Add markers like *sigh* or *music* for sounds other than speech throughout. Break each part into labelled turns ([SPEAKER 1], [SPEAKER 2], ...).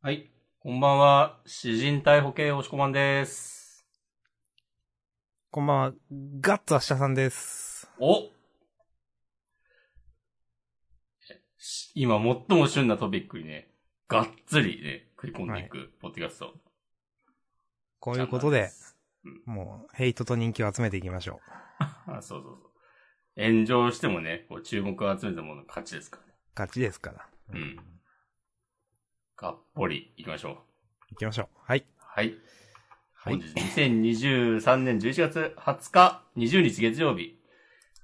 [SPEAKER 1] はい。こんばんは。詩人逮捕系押しこまんです。
[SPEAKER 2] こんばんは、ガッツアッシャーさんです。
[SPEAKER 1] おし今最も旬なトピックにね、がっつりね、食い込んでいく、ポッドキャスト。
[SPEAKER 2] こういうことで、
[SPEAKER 1] うん
[SPEAKER 2] もう、ヘイトと人気を集めていきましょう。
[SPEAKER 1] あ、そうそうそう。炎上してもね、こう注目を集めたものの勝ちですからね。
[SPEAKER 2] 勝ちですから。
[SPEAKER 1] うん。がっぽり行きましょう。
[SPEAKER 2] 行きましょう。はい。
[SPEAKER 1] はい。
[SPEAKER 2] は
[SPEAKER 1] 本
[SPEAKER 2] い
[SPEAKER 1] 日。2023年11月20日、20日月曜日。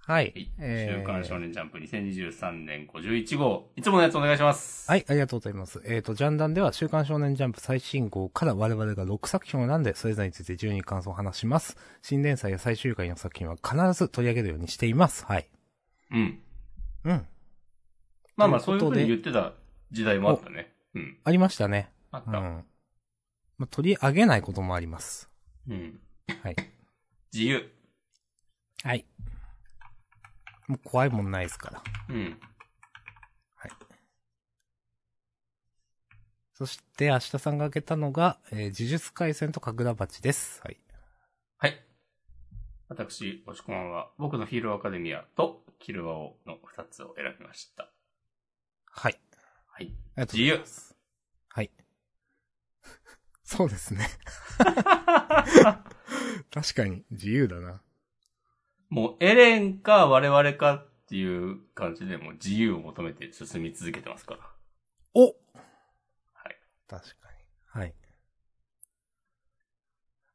[SPEAKER 2] はい
[SPEAKER 1] はい。
[SPEAKER 2] えー
[SPEAKER 1] 週刊少年ジャンプ2023年51号。いつものやつお願いします。
[SPEAKER 2] はい、ありがとうございます。えっ、と、ジャンダンでは、週刊少年ジャンプ最新号から我々が6作品を選んで、それぞれについて自由に感想を話します。新連載や最終回の作品は必ず取り上げるようにしています。はい。
[SPEAKER 1] うん。
[SPEAKER 2] うん。
[SPEAKER 1] まあまあ、
[SPEAKER 2] と
[SPEAKER 1] そ
[SPEAKER 2] い
[SPEAKER 1] いう
[SPEAKER 2] ううこ
[SPEAKER 1] ふ
[SPEAKER 2] と
[SPEAKER 1] う
[SPEAKER 2] で
[SPEAKER 1] に言ってた時代もあったね。うん。
[SPEAKER 2] ありましたね。
[SPEAKER 1] あっ
[SPEAKER 2] うん。
[SPEAKER 1] た。
[SPEAKER 2] まあ、取り上げないこともあります。
[SPEAKER 1] うん。
[SPEAKER 2] はい。
[SPEAKER 1] *laughs* 自由。
[SPEAKER 2] はい。もう怖いもんないですから。
[SPEAKER 1] うん。
[SPEAKER 2] そして、明日さんが挙げたのが、えー呪術回戦と神楽鉢です。はい。
[SPEAKER 1] はい。私、押し込まんは、僕のヒーローアカデミアと、キルワオの二つを選びました。
[SPEAKER 2] はい。
[SPEAKER 1] はい。
[SPEAKER 2] ありがとうございます。はい。 *laughs* そうですね。 *laughs* 確かに、自由だな。
[SPEAKER 1] *laughs* もう、エレンか我々かっていう感じで、もう自由を求めて進み続けてますから。
[SPEAKER 2] おはい。確かに。はい。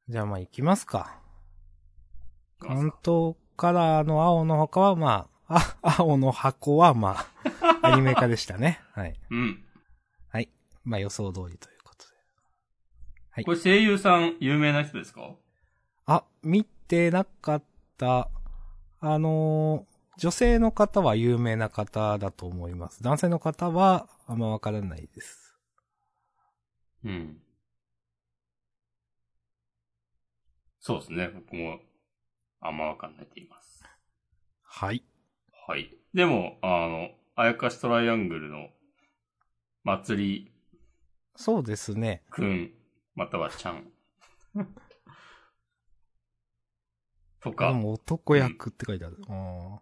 [SPEAKER 2] じゃあまあ行きますか。関東カラーの青の他はまあ、あ、青の箱はまあ、アニメ化でしたね。はい。
[SPEAKER 1] うん。
[SPEAKER 2] はい。まあ予想通りということで。はい
[SPEAKER 1] これ声優さん、有名な人ですか
[SPEAKER 2] あ、見てなかった。あのー女性の方は有名な方だと思います。男性の方はあんまわからないです。
[SPEAKER 1] うん。そうですね。僕も、あんまわかんないって言います。
[SPEAKER 2] はい。
[SPEAKER 1] はい。でも、あの、あやかしトライアングルの、祭り
[SPEAKER 2] そうですね。
[SPEAKER 1] くん、またはち *laughs* ゃん。と
[SPEAKER 2] で
[SPEAKER 1] か、
[SPEAKER 2] も男役って書いてある。あー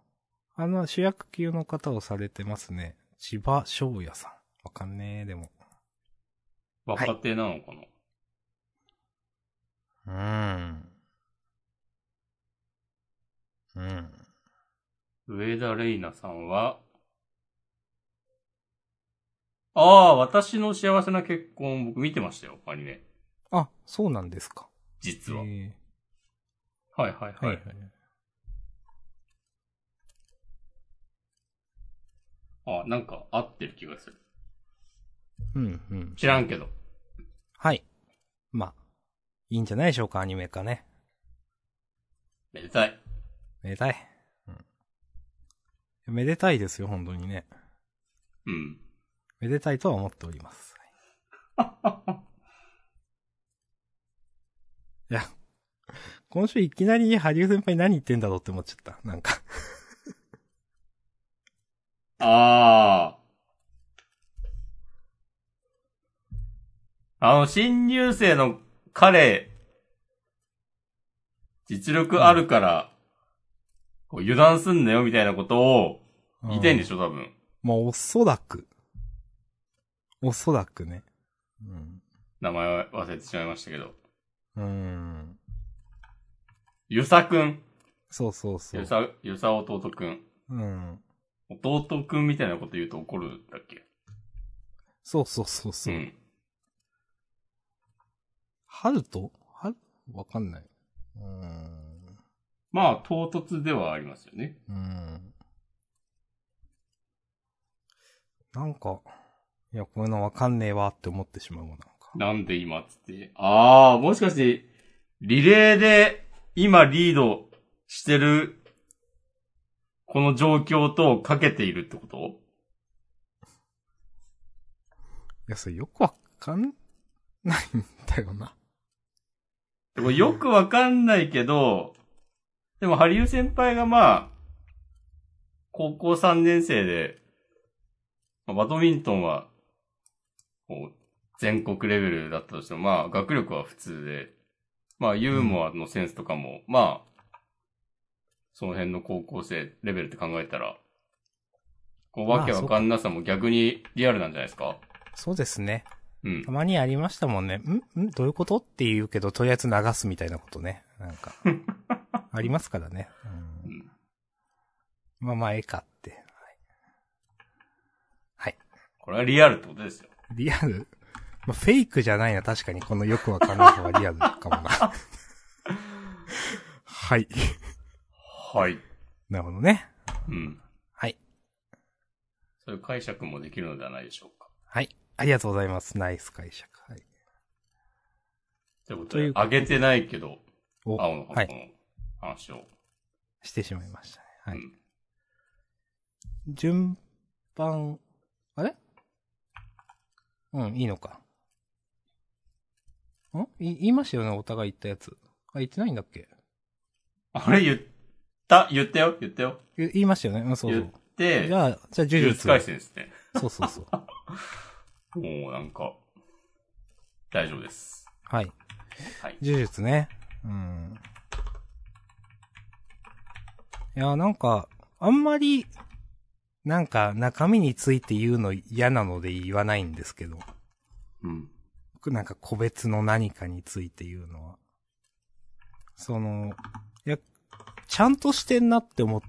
[SPEAKER 2] あの、主役級の方をされてますね。千葉翔也さん。わかんねえ、でも。
[SPEAKER 1] 若手なのかな、
[SPEAKER 2] うーん。うん。
[SPEAKER 1] 上田玲奈さんは、ああ、私の幸せな結婚、僕見てましたよ、アニメ。
[SPEAKER 2] あ、そうなんですか。
[SPEAKER 1] 実は。
[SPEAKER 2] え
[SPEAKER 1] はいはい
[SPEAKER 2] ー
[SPEAKER 1] はい。
[SPEAKER 2] はい。
[SPEAKER 1] あ、なんか合ってる気がする。
[SPEAKER 2] うん、うん。
[SPEAKER 1] 知らんけど。
[SPEAKER 2] はい。まあ、いいんじゃないでしょうか、アニメ化ね。
[SPEAKER 1] めでたい。
[SPEAKER 2] めでたい。うん。めでたいですよ、本当にね。
[SPEAKER 1] *laughs* うん。
[SPEAKER 2] めでたいとは思っております。いや、今週いきなり、ハリウ先輩何言ってんだろうって思っちゃった。なんか、
[SPEAKER 1] ああ。あの、新入生の彼、実力あるから、こう油断すんなよみたいなことを
[SPEAKER 2] う
[SPEAKER 1] *laughs*
[SPEAKER 2] ん
[SPEAKER 1] 言いたいんでしょ、多分。
[SPEAKER 2] まあ、おそらく。おそらくね。うん。
[SPEAKER 1] 名前は忘れてしまいましたけど。
[SPEAKER 2] うーん。
[SPEAKER 1] ゆさくん。
[SPEAKER 2] そうそうそ
[SPEAKER 1] ゆ
[SPEAKER 2] う。
[SPEAKER 1] さ、ゆさ弟くん。
[SPEAKER 2] うん。
[SPEAKER 1] 弟くんみたいなこと言うと怒るんだっけ
[SPEAKER 2] そうそうそうそうう。
[SPEAKER 1] ん。
[SPEAKER 2] ハルトハルわかんない。うーん。
[SPEAKER 1] まあ、唐突ではありますよね。
[SPEAKER 2] うん。なんか、いや、こういうのわかんねえわって思ってしまうもんなんか。
[SPEAKER 1] なんで今っつって。ああ、もしかして、リレーで今リードしてる、この状況とかけているってこと
[SPEAKER 2] いや、それよくわかんないんだよな。
[SPEAKER 1] でもよくわかんないけど、でも、ハリウ先輩がまあ、高校3年生で、まあバドミントンは、こう、全国レベルだったとしても、まあ、学力は普通で、まあ、ユーモアのセンスとかも、まあ、その辺の高校生レベルって考えたら、こう、
[SPEAKER 2] まあ
[SPEAKER 1] わけわかんなさも逆にリアルなんじゃないですか
[SPEAKER 2] そうですね。
[SPEAKER 1] うん
[SPEAKER 2] た。まにありましたもんね。んんどういうことって言うけど、とりあえず流すみたいなことね。なん *laughs* か。ありますからね。うん
[SPEAKER 1] うん
[SPEAKER 2] まあまあ、ええかって。
[SPEAKER 1] これはリアルってことですよ。
[SPEAKER 2] リアル。まあ、フェイクじゃないな、確かに。このよくわかんない方がリアルかも *laughs* な。はい。
[SPEAKER 1] はい。
[SPEAKER 2] なるほどね。
[SPEAKER 1] うん。
[SPEAKER 2] はい。
[SPEAKER 1] そういう解釈もできるのではないでしょうか。
[SPEAKER 2] はい。ありがとうございます。ナイス解釈。はい。
[SPEAKER 1] ということ
[SPEAKER 2] とい
[SPEAKER 1] で
[SPEAKER 2] う、こと
[SPEAKER 1] あげてないけど、
[SPEAKER 2] お、
[SPEAKER 1] 青の
[SPEAKER 2] は
[SPEAKER 1] 箱
[SPEAKER 2] い。
[SPEAKER 1] の話を。
[SPEAKER 2] してしまいましたね。はい。
[SPEAKER 1] うん
[SPEAKER 2] 順番、あれうん、いいのか。んい言いましたよね、お互い言ったやつ。あ、言ってないんだっけ
[SPEAKER 1] あれ言った言ったよ言ったよ
[SPEAKER 2] え言いましたよね。うん、そうそ
[SPEAKER 1] 言っ
[SPEAKER 2] う。
[SPEAKER 1] て、
[SPEAKER 2] じゃあ、じゃ
[SPEAKER 1] 呪
[SPEAKER 2] あ、呪術。
[SPEAKER 1] 術回戦ですね。
[SPEAKER 2] そうそうそう。
[SPEAKER 1] もうなんか、大丈夫です。
[SPEAKER 2] はい。
[SPEAKER 1] はい。
[SPEAKER 2] 呪術ね。うん。いや、なんか、あんまり、なんか中身について言うの嫌なので言わないんですけど、
[SPEAKER 1] うん。
[SPEAKER 2] なんか個別の何かについて言うのは。その、いや、ちゃんとしてんなって思っ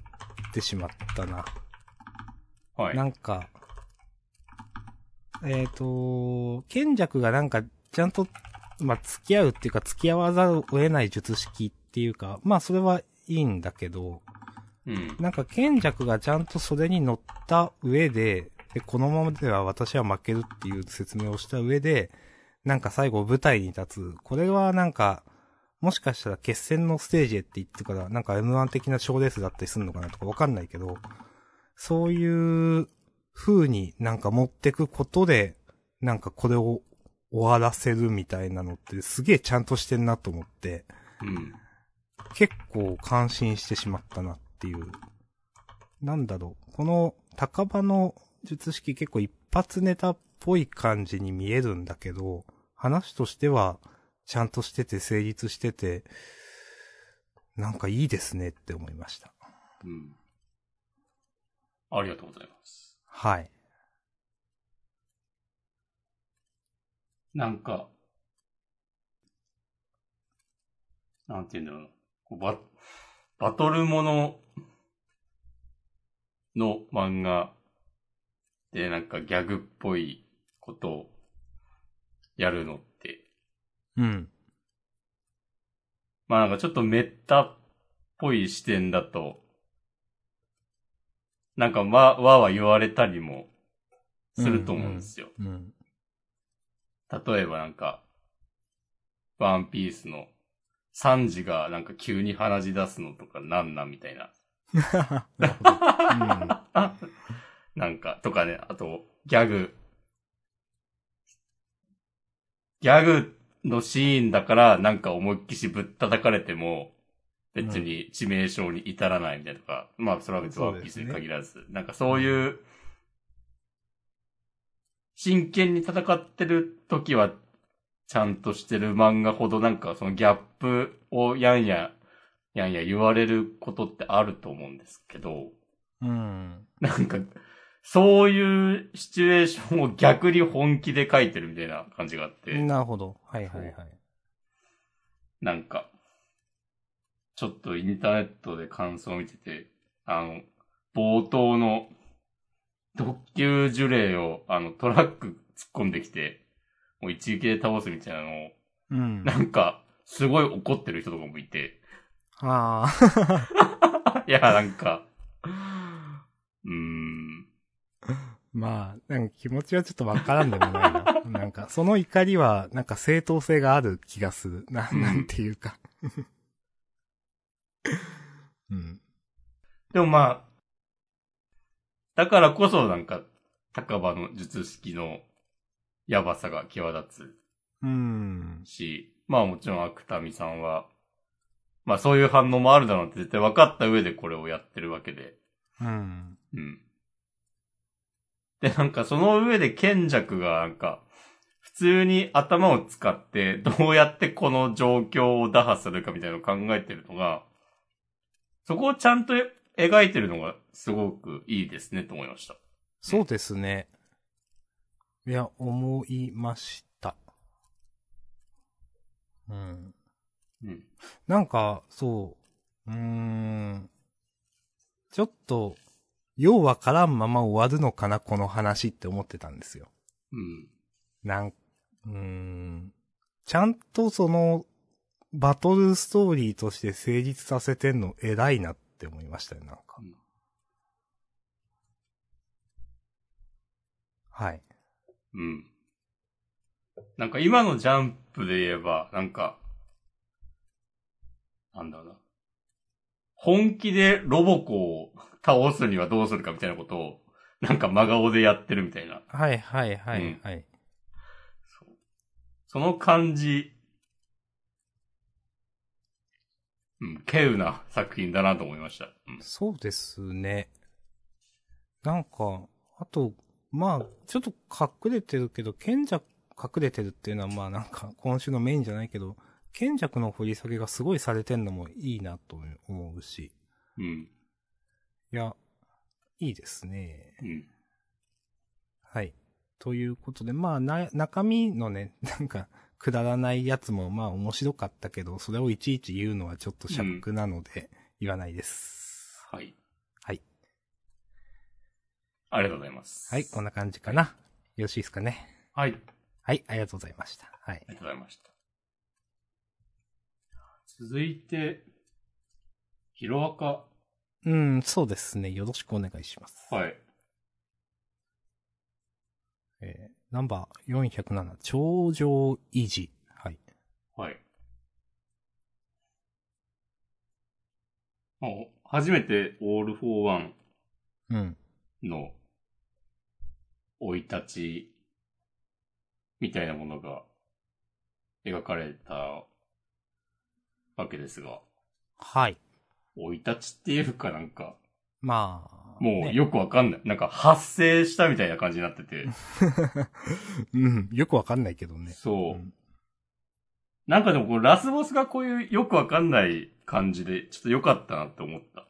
[SPEAKER 2] てしまったな。
[SPEAKER 1] はい。
[SPEAKER 2] なんか、えっ、と、賢弱がなんか、ちゃんと、まあ、付き合うっていうか、付き合わざるを得ない術式っていうか、まあ、それはいいんだけど、
[SPEAKER 1] うん。
[SPEAKER 2] なんか賢弱がちゃんとそれに乗った上で、で、このままでは私は負けるっていう説明をした上で、なんか最後舞台に立つ。これはなんか、もしかしたら決戦のステージへって言ってから、なんか M1 的な賞レースだったりするのかなとかわかんないけど、そういう風になんか持ってくことで、なんかこれを終わらせるみたいなのってすげえちゃんとしてんなと思って、
[SPEAKER 1] うん。
[SPEAKER 2] 結構感心してしまったなっていう。なんだろう。この高場の術式結構一発ネタっぽい感じに見えるんだけど、話としてはちゃんとしてて成立してて、なんかいいですねって思いました。
[SPEAKER 1] うん。ありがとうございます。
[SPEAKER 2] はい。
[SPEAKER 1] なんか、なんて言うんだろうなこう。バ、バトルものの漫画でなんかギャグっぽいことをやるのって、
[SPEAKER 2] うん。
[SPEAKER 1] まあなんかちょっとメッタっぽい視点だと、なんかわ、わーわー言われたりもすると思うんですよ。
[SPEAKER 2] *laughs* うん。
[SPEAKER 1] 例えばなんか、ワンピースのサンジがなんか急に鼻血出すのとかなんなんみたいな。
[SPEAKER 2] なるほど。うん。
[SPEAKER 1] なんか、とかね、あと、ギャグ。ギャグのシーンだからなんか思いっきしぶったたかれても、別に致命傷に至らないみたいなとか、まあそれは別にワンピースに限らず、なんかそういう、真剣に戦ってる時は、ちゃんとしてる漫画ほどなんかそのギャップをやんや、やんや言われることってあると思うんですけど、
[SPEAKER 2] うん。
[SPEAKER 1] *laughs* なんか、そういうシチュエーションを逆に本気で書いてるみたいな感じがあって、
[SPEAKER 2] なるほど。はいはいはい。
[SPEAKER 1] なんか、ちょっとインターネットで感想を見てて、あの、冒頭の特急呪霊をあのトラック突っ込んできて、もう一撃で倒すみたいなのを、
[SPEAKER 2] うん。あ
[SPEAKER 1] なんか、すごい怒ってる人とかもいて、
[SPEAKER 2] あー。
[SPEAKER 1] いや、なんか、うーん、
[SPEAKER 2] まあ、なんか気持ちはちょっとわからんでもないな。なんか、その怒りは、なんか正当性がある気がする。な、
[SPEAKER 1] うん
[SPEAKER 2] なんていうか。うん。
[SPEAKER 1] でもまあ、だからこそなんか、高場の術式のやばさが際立
[SPEAKER 2] うん
[SPEAKER 1] つ。し、まあもちろん芥見さんは、まあそういう反応もあるだろうって絶対分かった上でこれをやってるわけで、
[SPEAKER 2] うん。
[SPEAKER 1] うん。で、なんかその上で賢弱がなんか、普通に頭を使って、どうやってこの状況を打破するかみたいなのを考えてるのが、そこをちゃんと描いてるのがすごくいいですねと思いました。
[SPEAKER 2] そうですね。いや、思いました。うん。
[SPEAKER 1] うん。
[SPEAKER 2] なんか、そう、うーん。ちょっと、ようわからんまま終わるのかな、この話って思ってたんですよ。
[SPEAKER 1] うん。
[SPEAKER 2] なん、うーん。ちゃんとその、バトルストーリーとして成立させてんの偉いなって思いましたよ、なんか
[SPEAKER 1] うん。
[SPEAKER 2] はい。
[SPEAKER 1] うん。なんか今のジャンプで言えば、なんか、なんだろうな。本気でロボコを倒すにはどうするかみたいなことを、なんか真顔でやってるみたいな。
[SPEAKER 2] はいはいはいはい。
[SPEAKER 1] そうその感じ、うん、稀有な作品だなと思いました。うん
[SPEAKER 2] そうですね。なんか、あと、まあ、ちょっと隠れてるけど、賢者、隠れてるっていうのはまあなんか、今週のメインじゃないけど、賢者の掘り下げがすごいされてんのもいいなと思うし、
[SPEAKER 1] うん。
[SPEAKER 2] いや、いいですね。
[SPEAKER 1] うん。
[SPEAKER 2] はい。ということで、まあ、な、中身のね、 *laughs* なんか、くだらないやつも、まあ、面白かったけど、それをいちいち言うのはちょっと尺なので、言わないです。
[SPEAKER 1] はい。
[SPEAKER 2] はい。
[SPEAKER 1] ありがとうございます。
[SPEAKER 2] はい、こんな感じかな。よろしいですかね。
[SPEAKER 1] はい。
[SPEAKER 2] はい、ありがとうございました。はい
[SPEAKER 1] あ。りがとうございました。続いて、ヒロアカ。
[SPEAKER 2] うん、そうですね。よろしくお願いします。
[SPEAKER 1] はい。
[SPEAKER 2] えーナンバー407、頂上維持。はい。
[SPEAKER 1] はい。まあお初めてオール・フォー・ワン
[SPEAKER 2] うん。
[SPEAKER 1] の生い立ちみたいなものが描かれたわけですが、
[SPEAKER 2] はい。
[SPEAKER 1] 生い立ちっていうかなんか、
[SPEAKER 2] まあ。
[SPEAKER 1] もう
[SPEAKER 2] ね
[SPEAKER 1] よくわかんない。なんか発生したみたいな感じになってて、
[SPEAKER 2] うん、よくわかんないけど *laughs* ね。
[SPEAKER 1] そう。
[SPEAKER 2] ん
[SPEAKER 1] なんかでもこのラスボスがこういうよくわかんない感じで、ちょっと良かったなって思った。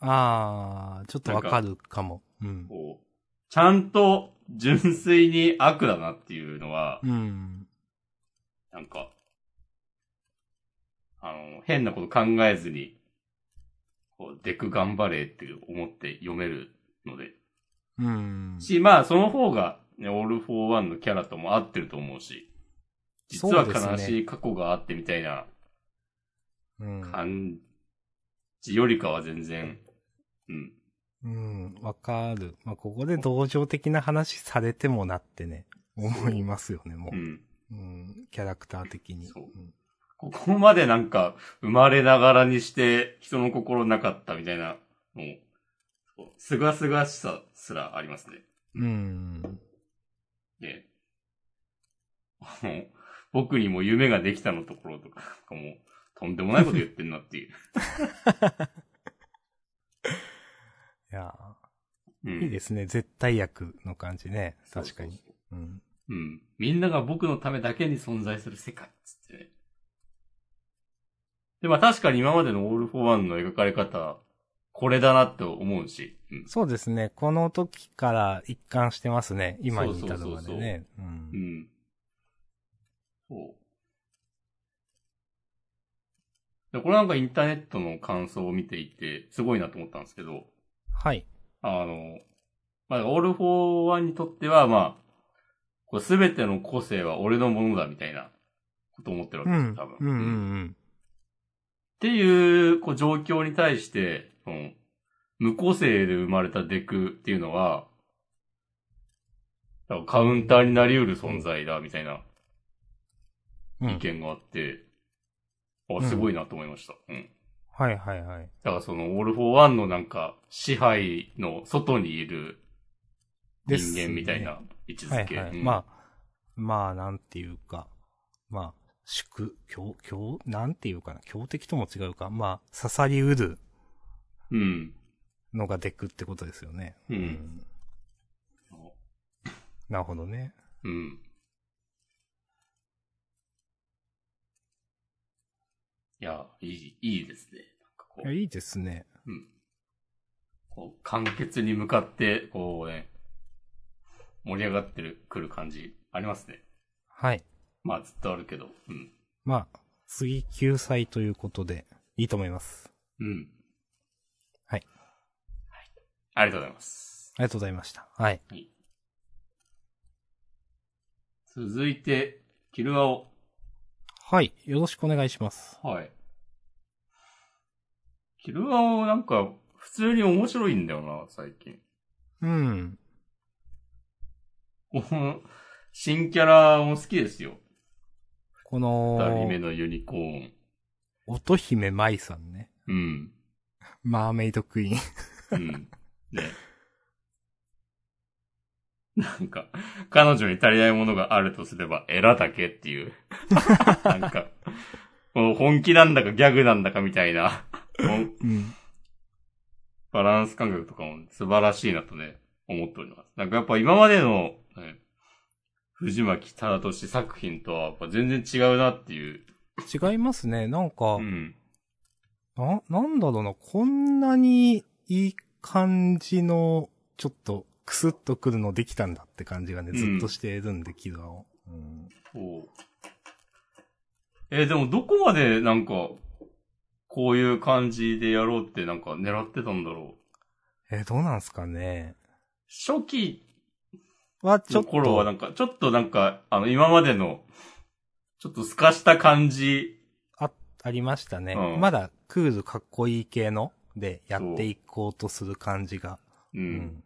[SPEAKER 2] あー、ちょっとわかるかも。うん。
[SPEAKER 1] こう、ちゃんと純粋に悪だなっていうのは、
[SPEAKER 2] うん。
[SPEAKER 1] なんか、あの、変なこと考えずに、こう、デク頑張れって思って読めるので。
[SPEAKER 2] うん。
[SPEAKER 1] し、まあその方が、ね、オール・フォー・ワンのキャラとも合ってると思うし、実は
[SPEAKER 2] そうですね
[SPEAKER 1] 悲しい過去があってみたいな
[SPEAKER 2] うん。
[SPEAKER 1] 感じよりかは全然、うん、
[SPEAKER 2] うん、わかる。まあ、ここで同情的な話されてもなってね、思いますよね、も
[SPEAKER 1] う
[SPEAKER 2] う。
[SPEAKER 1] ん。
[SPEAKER 2] うん、キャラクター的に。
[SPEAKER 1] そうんここまでなんか、生まれながらにして、人の心なかったみたいな、もう、そうすがすがしさすらありますね。
[SPEAKER 2] うん。
[SPEAKER 1] で、あの、僕にも夢ができたのところとか、もう、とんでもないこと言ってんな
[SPEAKER 2] *laughs*
[SPEAKER 1] っていう。
[SPEAKER 2] いや
[SPEAKER 1] うん、
[SPEAKER 2] ー、いいですね。絶対役の感じね。
[SPEAKER 1] そうそう
[SPEAKER 2] 確かに。うん。
[SPEAKER 1] うん。みんなが僕のためだけに存在する世界っつってね。で、まあ確かに今までのオール・フォー・ワンの描かれ方、これだなって思うし。うん。
[SPEAKER 2] そうですね。この時から一貫してますね。今に至るまでね。う
[SPEAKER 1] うんん。そう。で、これなんかインターネットの感想を見ていて、すごいなと思ったんですけど、
[SPEAKER 2] はい。
[SPEAKER 1] あの、まあ、オール・フォー・ワンにとっては、まあ、すべての個性は俺のものだみたいなことを思ってるわ
[SPEAKER 2] う
[SPEAKER 1] けですよ、
[SPEAKER 2] ん
[SPEAKER 1] 多分。。
[SPEAKER 2] うんうん
[SPEAKER 1] っ
[SPEAKER 2] うん。
[SPEAKER 1] ていう、こう、状況に対して、その無個性で生まれたデクっていうのは、だからカウンターになり得る存在だ、みたいな
[SPEAKER 2] うん
[SPEAKER 1] 意見があって、あ、すごいなと思いました。うん。
[SPEAKER 2] はいはいはい。
[SPEAKER 1] だからその、オール・フォー・ワンのなんか、支配の外にいる人
[SPEAKER 2] ですね
[SPEAKER 1] 間みたいな位置
[SPEAKER 2] は
[SPEAKER 1] づ
[SPEAKER 2] い
[SPEAKER 1] け。
[SPEAKER 2] はい。
[SPEAKER 1] うん
[SPEAKER 2] まあ、まあ、なんていうか、まあ、宿、強、強、なんていうかな、強敵とも違うか、まあ、刺さりうる
[SPEAKER 1] うん。
[SPEAKER 2] のがデクってことですよね。
[SPEAKER 1] うん
[SPEAKER 2] なるほどね。
[SPEAKER 1] うん。や、いい、いいですね。なんかこ
[SPEAKER 2] いや、
[SPEAKER 1] う、
[SPEAKER 2] いいですね。
[SPEAKER 1] うん。こう、完結に向かって、こうね、盛り上がってる、くる感じ、ありますね。
[SPEAKER 2] はい。
[SPEAKER 1] まあ、ずっとあるけど、うん。
[SPEAKER 2] まあ、次救済ということで、いいと思います。
[SPEAKER 1] うん。
[SPEAKER 2] はい。
[SPEAKER 1] はい。ありがとうございます。
[SPEAKER 2] ありがとうございました。はい。
[SPEAKER 1] 続いて、キルアオ。
[SPEAKER 2] はい。よろしくお願いします。
[SPEAKER 1] はい。キルアオなんか、普通に面白いんだよな、最近。 *laughs*
[SPEAKER 2] うん。
[SPEAKER 1] この新キャラも好きですよ。
[SPEAKER 2] こ
[SPEAKER 1] 二人目
[SPEAKER 2] の、
[SPEAKER 1] のユニコーン。
[SPEAKER 2] 乙姫舞さんね。
[SPEAKER 1] うん。
[SPEAKER 2] マーメイドクイーン。
[SPEAKER 1] うん。ね。なんか、彼女に足りないものがあるとすれば、エラだけっていう。なんか、もう本気なんだかギャグなんだかみたいな、もう
[SPEAKER 2] うん。
[SPEAKER 1] バランス感覚とかも素晴らしいなとね、思っております。なんかやっぱ今までの、ね、藤巻忠俊作品とはやっぱ全然違うなっていう。
[SPEAKER 2] 違いますね。なんか、
[SPEAKER 1] うん。
[SPEAKER 2] な、なんだろうな、こんなにいい感じの、ちょっと、クスッとくるのできたんだって感じがね、
[SPEAKER 1] うん
[SPEAKER 2] ずっとしてるんで、キルアを。うん。
[SPEAKER 1] おうえーでもどこまでなんか、こういう感じでやろうってなんか狙ってたんだろう。
[SPEAKER 2] えーどうなんすかね。
[SPEAKER 1] 初期
[SPEAKER 2] は、ち
[SPEAKER 1] の
[SPEAKER 2] ょっと。
[SPEAKER 1] 頃はなんか、ちょっとなんか、あの、今までの、ちょっと透かした感じ、
[SPEAKER 2] あ、ありましたね。
[SPEAKER 1] うん
[SPEAKER 2] まだクールかっこいい系のでやっていこうとする感じが。
[SPEAKER 1] う。。
[SPEAKER 2] うん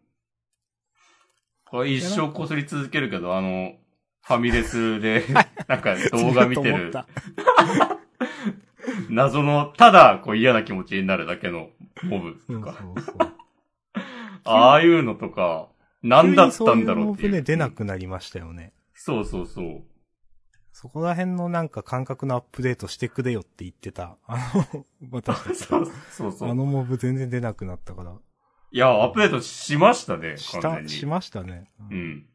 [SPEAKER 1] これ一生擦り続けるけど、あの、ファミレス
[SPEAKER 2] *laughs*
[SPEAKER 1] で、なんか動画見て
[SPEAKER 2] 違う
[SPEAKER 1] る
[SPEAKER 2] と思っ、
[SPEAKER 1] 謎の、ただ、こう嫌な気持ちになるだけのモブ
[SPEAKER 2] た。う
[SPEAKER 1] と
[SPEAKER 2] ん、
[SPEAKER 1] か、
[SPEAKER 2] そうそう。
[SPEAKER 1] ああいうのとか、何だったんだろうってい
[SPEAKER 2] 急にそういうも
[SPEAKER 1] う。
[SPEAKER 2] ね出なくなりましたよね。
[SPEAKER 1] そうそうそう。
[SPEAKER 2] そこら辺のなんか感覚のアップデートしてくれよって言ってた。あの、私たち
[SPEAKER 1] そ
[SPEAKER 2] が。
[SPEAKER 1] うそうそ
[SPEAKER 2] あ
[SPEAKER 1] う。
[SPEAKER 2] のモブ全然出なくなったから。
[SPEAKER 1] いや、アップデートしましたね、
[SPEAKER 2] し
[SPEAKER 1] 完全
[SPEAKER 2] た、
[SPEAKER 1] に。
[SPEAKER 2] しましたね。
[SPEAKER 1] う。ん。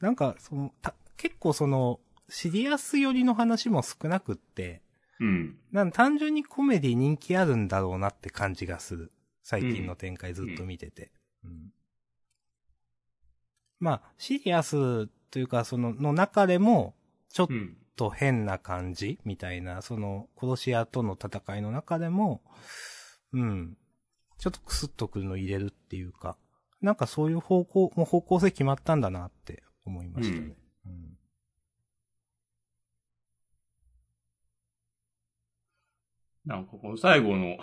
[SPEAKER 2] なんか、その、た、結構その、シリアス寄りの話も少なくって、
[SPEAKER 1] うん。
[SPEAKER 2] なん単純にコメディ人気あるんだろうなって感じがする。最近の展開ずっと見てて。うんまあ、シリアスというか、その、の中でも、ちょっ
[SPEAKER 1] うん。
[SPEAKER 2] と変な感じみたいな、その、殺し屋との戦いの中でも、うん。ちょっとクスッとくるの入れるっていうか、なんかそういう方向、もう方向性決まったんだなって思いましたね。うん
[SPEAKER 1] なんかこの最後の、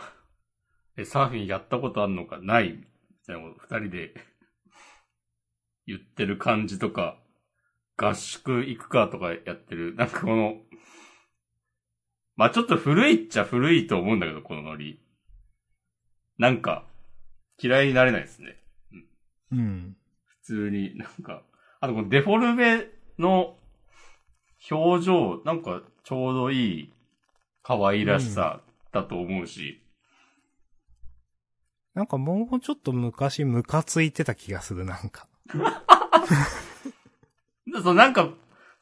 [SPEAKER 1] え、サーフィンやったことあんのかないみたいなこと二人で *laughs* 言ってる感じとか、合宿行くかとかやってる、なんかこの、まあちょっと古いっちゃ古いと思うんだけど、このノリ。なんか、嫌いになれないですね。
[SPEAKER 2] うん。
[SPEAKER 1] 普通に、なんか、あとこのデフォルメの表情、なんかちょうどいい可愛らしさだと思うし、
[SPEAKER 2] なんかもうちょっと昔ムカついてた気がする、なんか。
[SPEAKER 1] なそうなんか、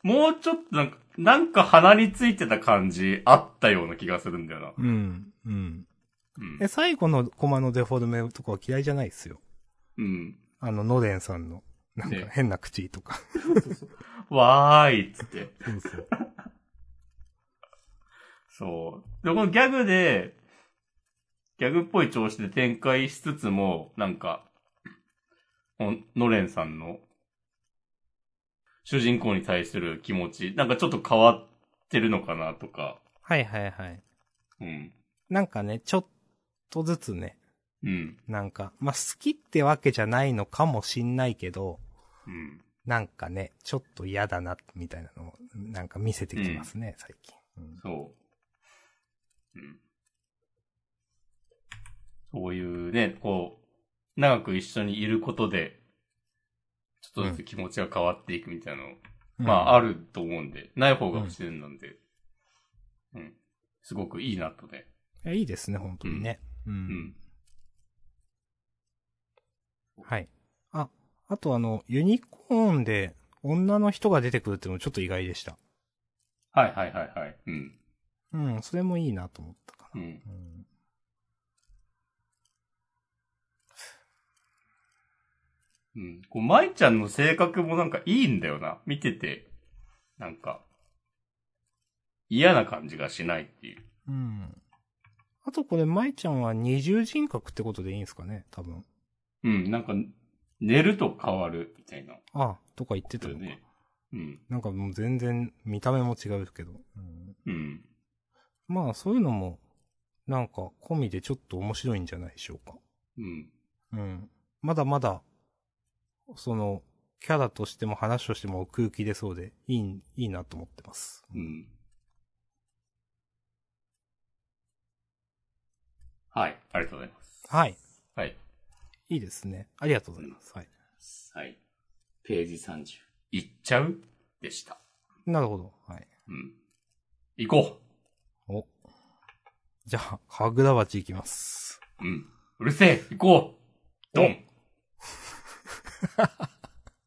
[SPEAKER 1] もうちょっとなんか、なんか鼻についてた感じあったような気がするんだよな。
[SPEAKER 2] うん。うん。
[SPEAKER 1] うん
[SPEAKER 2] え、。最後のコマのデフォルメとかは嫌いじゃないっすよ。
[SPEAKER 1] うん。
[SPEAKER 2] あの、ノデンさんの、なんか
[SPEAKER 1] ね
[SPEAKER 2] 変な口とか。
[SPEAKER 1] わーいっつって。
[SPEAKER 2] そうそう。
[SPEAKER 1] そう。で、このギャグで、ギャグっぽい調子で展開しつつも、なんか、おノレンさんの、主人公に対する気持ち、なんかちょっと変わってるのかなとか、
[SPEAKER 2] *laughs* はいはいはい。
[SPEAKER 1] うん。
[SPEAKER 2] なんかね、ちょっとずつね、
[SPEAKER 1] うん。
[SPEAKER 2] なんか、まあ、好きってわけじゃないのかもしんないけど、
[SPEAKER 1] うん。
[SPEAKER 2] なんかね、ちょっと嫌だな、みたいなのを、なんか見せてきますね、最近。うん
[SPEAKER 1] そう。うん。そういうね、こう、長く一緒にいることで、ちょっとずつ気持ちが変わっていくみたいなのを、まあ、あると思うんで、ない方が不自然なんで、うん。すごくいいなとね。
[SPEAKER 2] いやいいですね、本当にね。う
[SPEAKER 1] うんん。
[SPEAKER 2] はい。あ、あとあの、ユニコーンで女の人が出てくるっていうのもちょっと意外でした。
[SPEAKER 1] はいはいはいはい。うん。
[SPEAKER 2] うん、それもいいなと思ったか
[SPEAKER 1] う
[SPEAKER 2] な。
[SPEAKER 1] ん。
[SPEAKER 2] うん。
[SPEAKER 1] うん。こう、舞ちゃんの性格もなんかいいんだよな。見てて、なんか、嫌な感じがしないっていう。
[SPEAKER 2] うん。あとこれ、舞ちゃんは二重人格ってことでいいんですかね多分。
[SPEAKER 1] うん、なんか、寝ると変わるみたいな。
[SPEAKER 2] ああ、とか言ってた
[SPEAKER 1] だ
[SPEAKER 2] の
[SPEAKER 1] よ
[SPEAKER 2] か。
[SPEAKER 1] ね。うん。
[SPEAKER 2] なんかもう全然見た目も違うけど。うん、
[SPEAKER 1] うん。
[SPEAKER 2] まあそういうのも、なんか込みでちょっと面白いんじゃないでしょうか。
[SPEAKER 1] うん。
[SPEAKER 2] うん。まだまだ、その、キャラとしても話としても奥行き出そうで、いい、いいなと思ってます。
[SPEAKER 1] うん。はい。ありがとうございます。
[SPEAKER 2] はい。
[SPEAKER 1] はい。
[SPEAKER 2] いいですね。ありがとうございます。はい。
[SPEAKER 1] はい。ページ30。行っちゃうでした。
[SPEAKER 2] なるほど。はい。
[SPEAKER 1] うん。行こ
[SPEAKER 2] お。じゃあ、かぐら鉢いきます。
[SPEAKER 1] ううん。うるせえ行こうドン *laughs*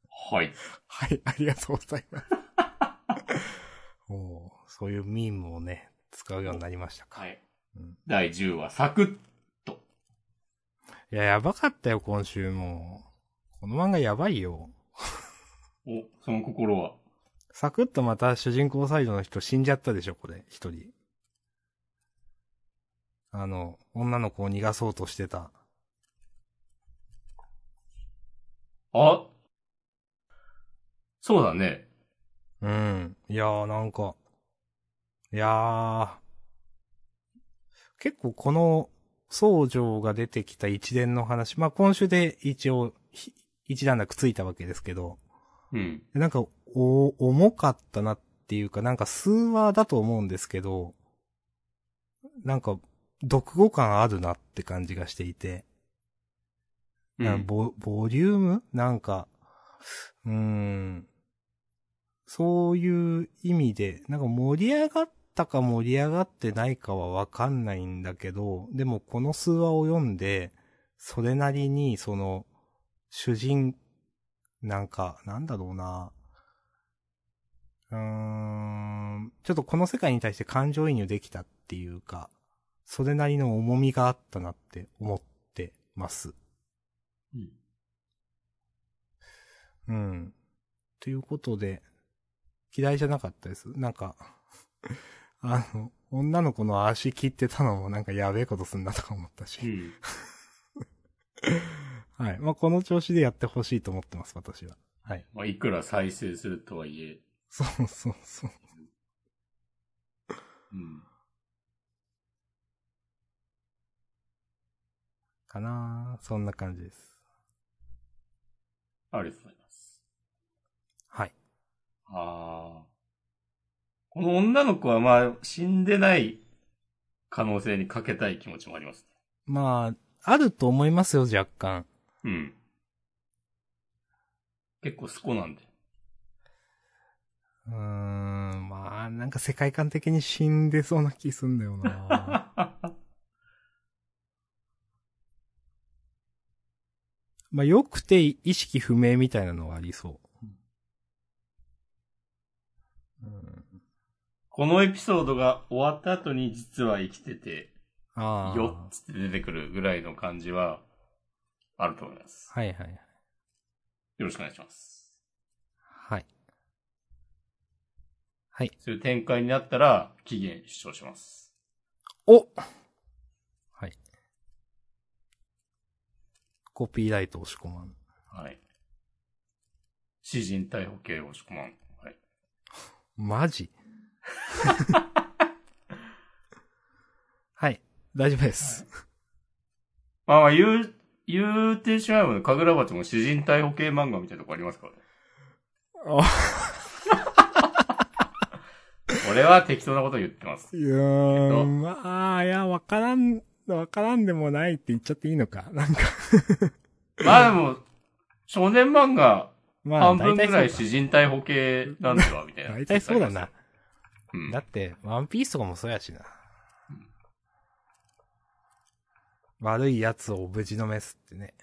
[SPEAKER 1] はい。
[SPEAKER 2] はい、ありがとうございます。 *laughs* おーそういうミームをね、使うようになりましたか。
[SPEAKER 1] はい
[SPEAKER 2] うん。
[SPEAKER 1] 第10話、サクッ。
[SPEAKER 2] いや、やばかったよ、今週も。この漫画やばいよ。
[SPEAKER 1] お、その心は。
[SPEAKER 2] サクッとまた主人公サイドの人死んじゃったでしょ、これ、一人。あの、女の子を逃がそうとしてた。
[SPEAKER 1] あそうだね。
[SPEAKER 2] うん。いやー、なんか。いやー。結構この、僧侶が出てきた一連の話、まあ、今週で一応、ひ一段落ついたわけですけど、
[SPEAKER 1] うん。
[SPEAKER 2] なんか、お、重かったなっていうか、なんか数話だと思うんですけど、なんか、読語感あるなって感じがしていて、
[SPEAKER 1] う
[SPEAKER 2] なんか
[SPEAKER 1] ん。
[SPEAKER 2] ボボリュームなんか、うーん、そういう意味で、なんか盛り上がったか盛り上がってないかはわかんないんだけど、でもこの数話を読んで、それなりに、その、主人、なんか、なんだろうな。うーん、ちょっとこの世界に対して感情移入できたっていうか、それなりの重みがあったなって思ってます。
[SPEAKER 1] うん
[SPEAKER 2] うん。ということで、嫌いじゃなかったです。なんか、 *laughs* あの、女の子の足切ってたのもなんかやべえことすんなとか思ったし。
[SPEAKER 1] うん。
[SPEAKER 2] はい。まあ、この調子でやってほしいと思ってます、私は。 *laughs* はい。
[SPEAKER 1] まあ、いくら再生するとはいえ。
[SPEAKER 2] そうそうそう。
[SPEAKER 1] うん。
[SPEAKER 2] かなーそんな感じです。
[SPEAKER 1] ありがとうございます。
[SPEAKER 2] はい。
[SPEAKER 1] ああ。この女の子はまあ、死んでない可能性にかけたい気持ちもあります
[SPEAKER 2] まあ、あると思いますよ、若干。
[SPEAKER 1] ね。うん。結構スコなんで。 *laughs*
[SPEAKER 2] うーん、まあ、なんか世界観的に死んでそうな気すんだよなまあ、良くて意識不明みたいなのはありそう。うん、
[SPEAKER 1] このエピソードが終わった後に実は生きてて、
[SPEAKER 2] ああ。
[SPEAKER 1] よっつって出てくるぐらいの感じは、あると思います。
[SPEAKER 2] はいはい。
[SPEAKER 1] よろしくお願いします。
[SPEAKER 2] はい。
[SPEAKER 1] そういう展開になったら、期限主張します。
[SPEAKER 2] おはい。コピーライト押し込まん。
[SPEAKER 1] はい。詩人逮捕刑をし込まん。はい。
[SPEAKER 2] マジはい。大丈夫です。
[SPEAKER 1] まあまあ言う、言うてしまえばね、かぐらばちも詩人逮捕系漫画みたいなとこありますからね。俺は適当なこと言ってます。
[SPEAKER 2] いやー、まあ、いや、わからん、わからんでもないって言っちゃっていいのか。なんか、
[SPEAKER 1] まあでも、少年漫画
[SPEAKER 2] まあ、
[SPEAKER 1] 半分ぐらい
[SPEAKER 2] 大体そう
[SPEAKER 1] 詩人逮捕系なんではみたい
[SPEAKER 2] だ
[SPEAKER 1] な。
[SPEAKER 2] 大体そうだな。。
[SPEAKER 1] うん
[SPEAKER 2] だ。って、ワンピースとかもそうやしな。悪い奴を無事のめすってね。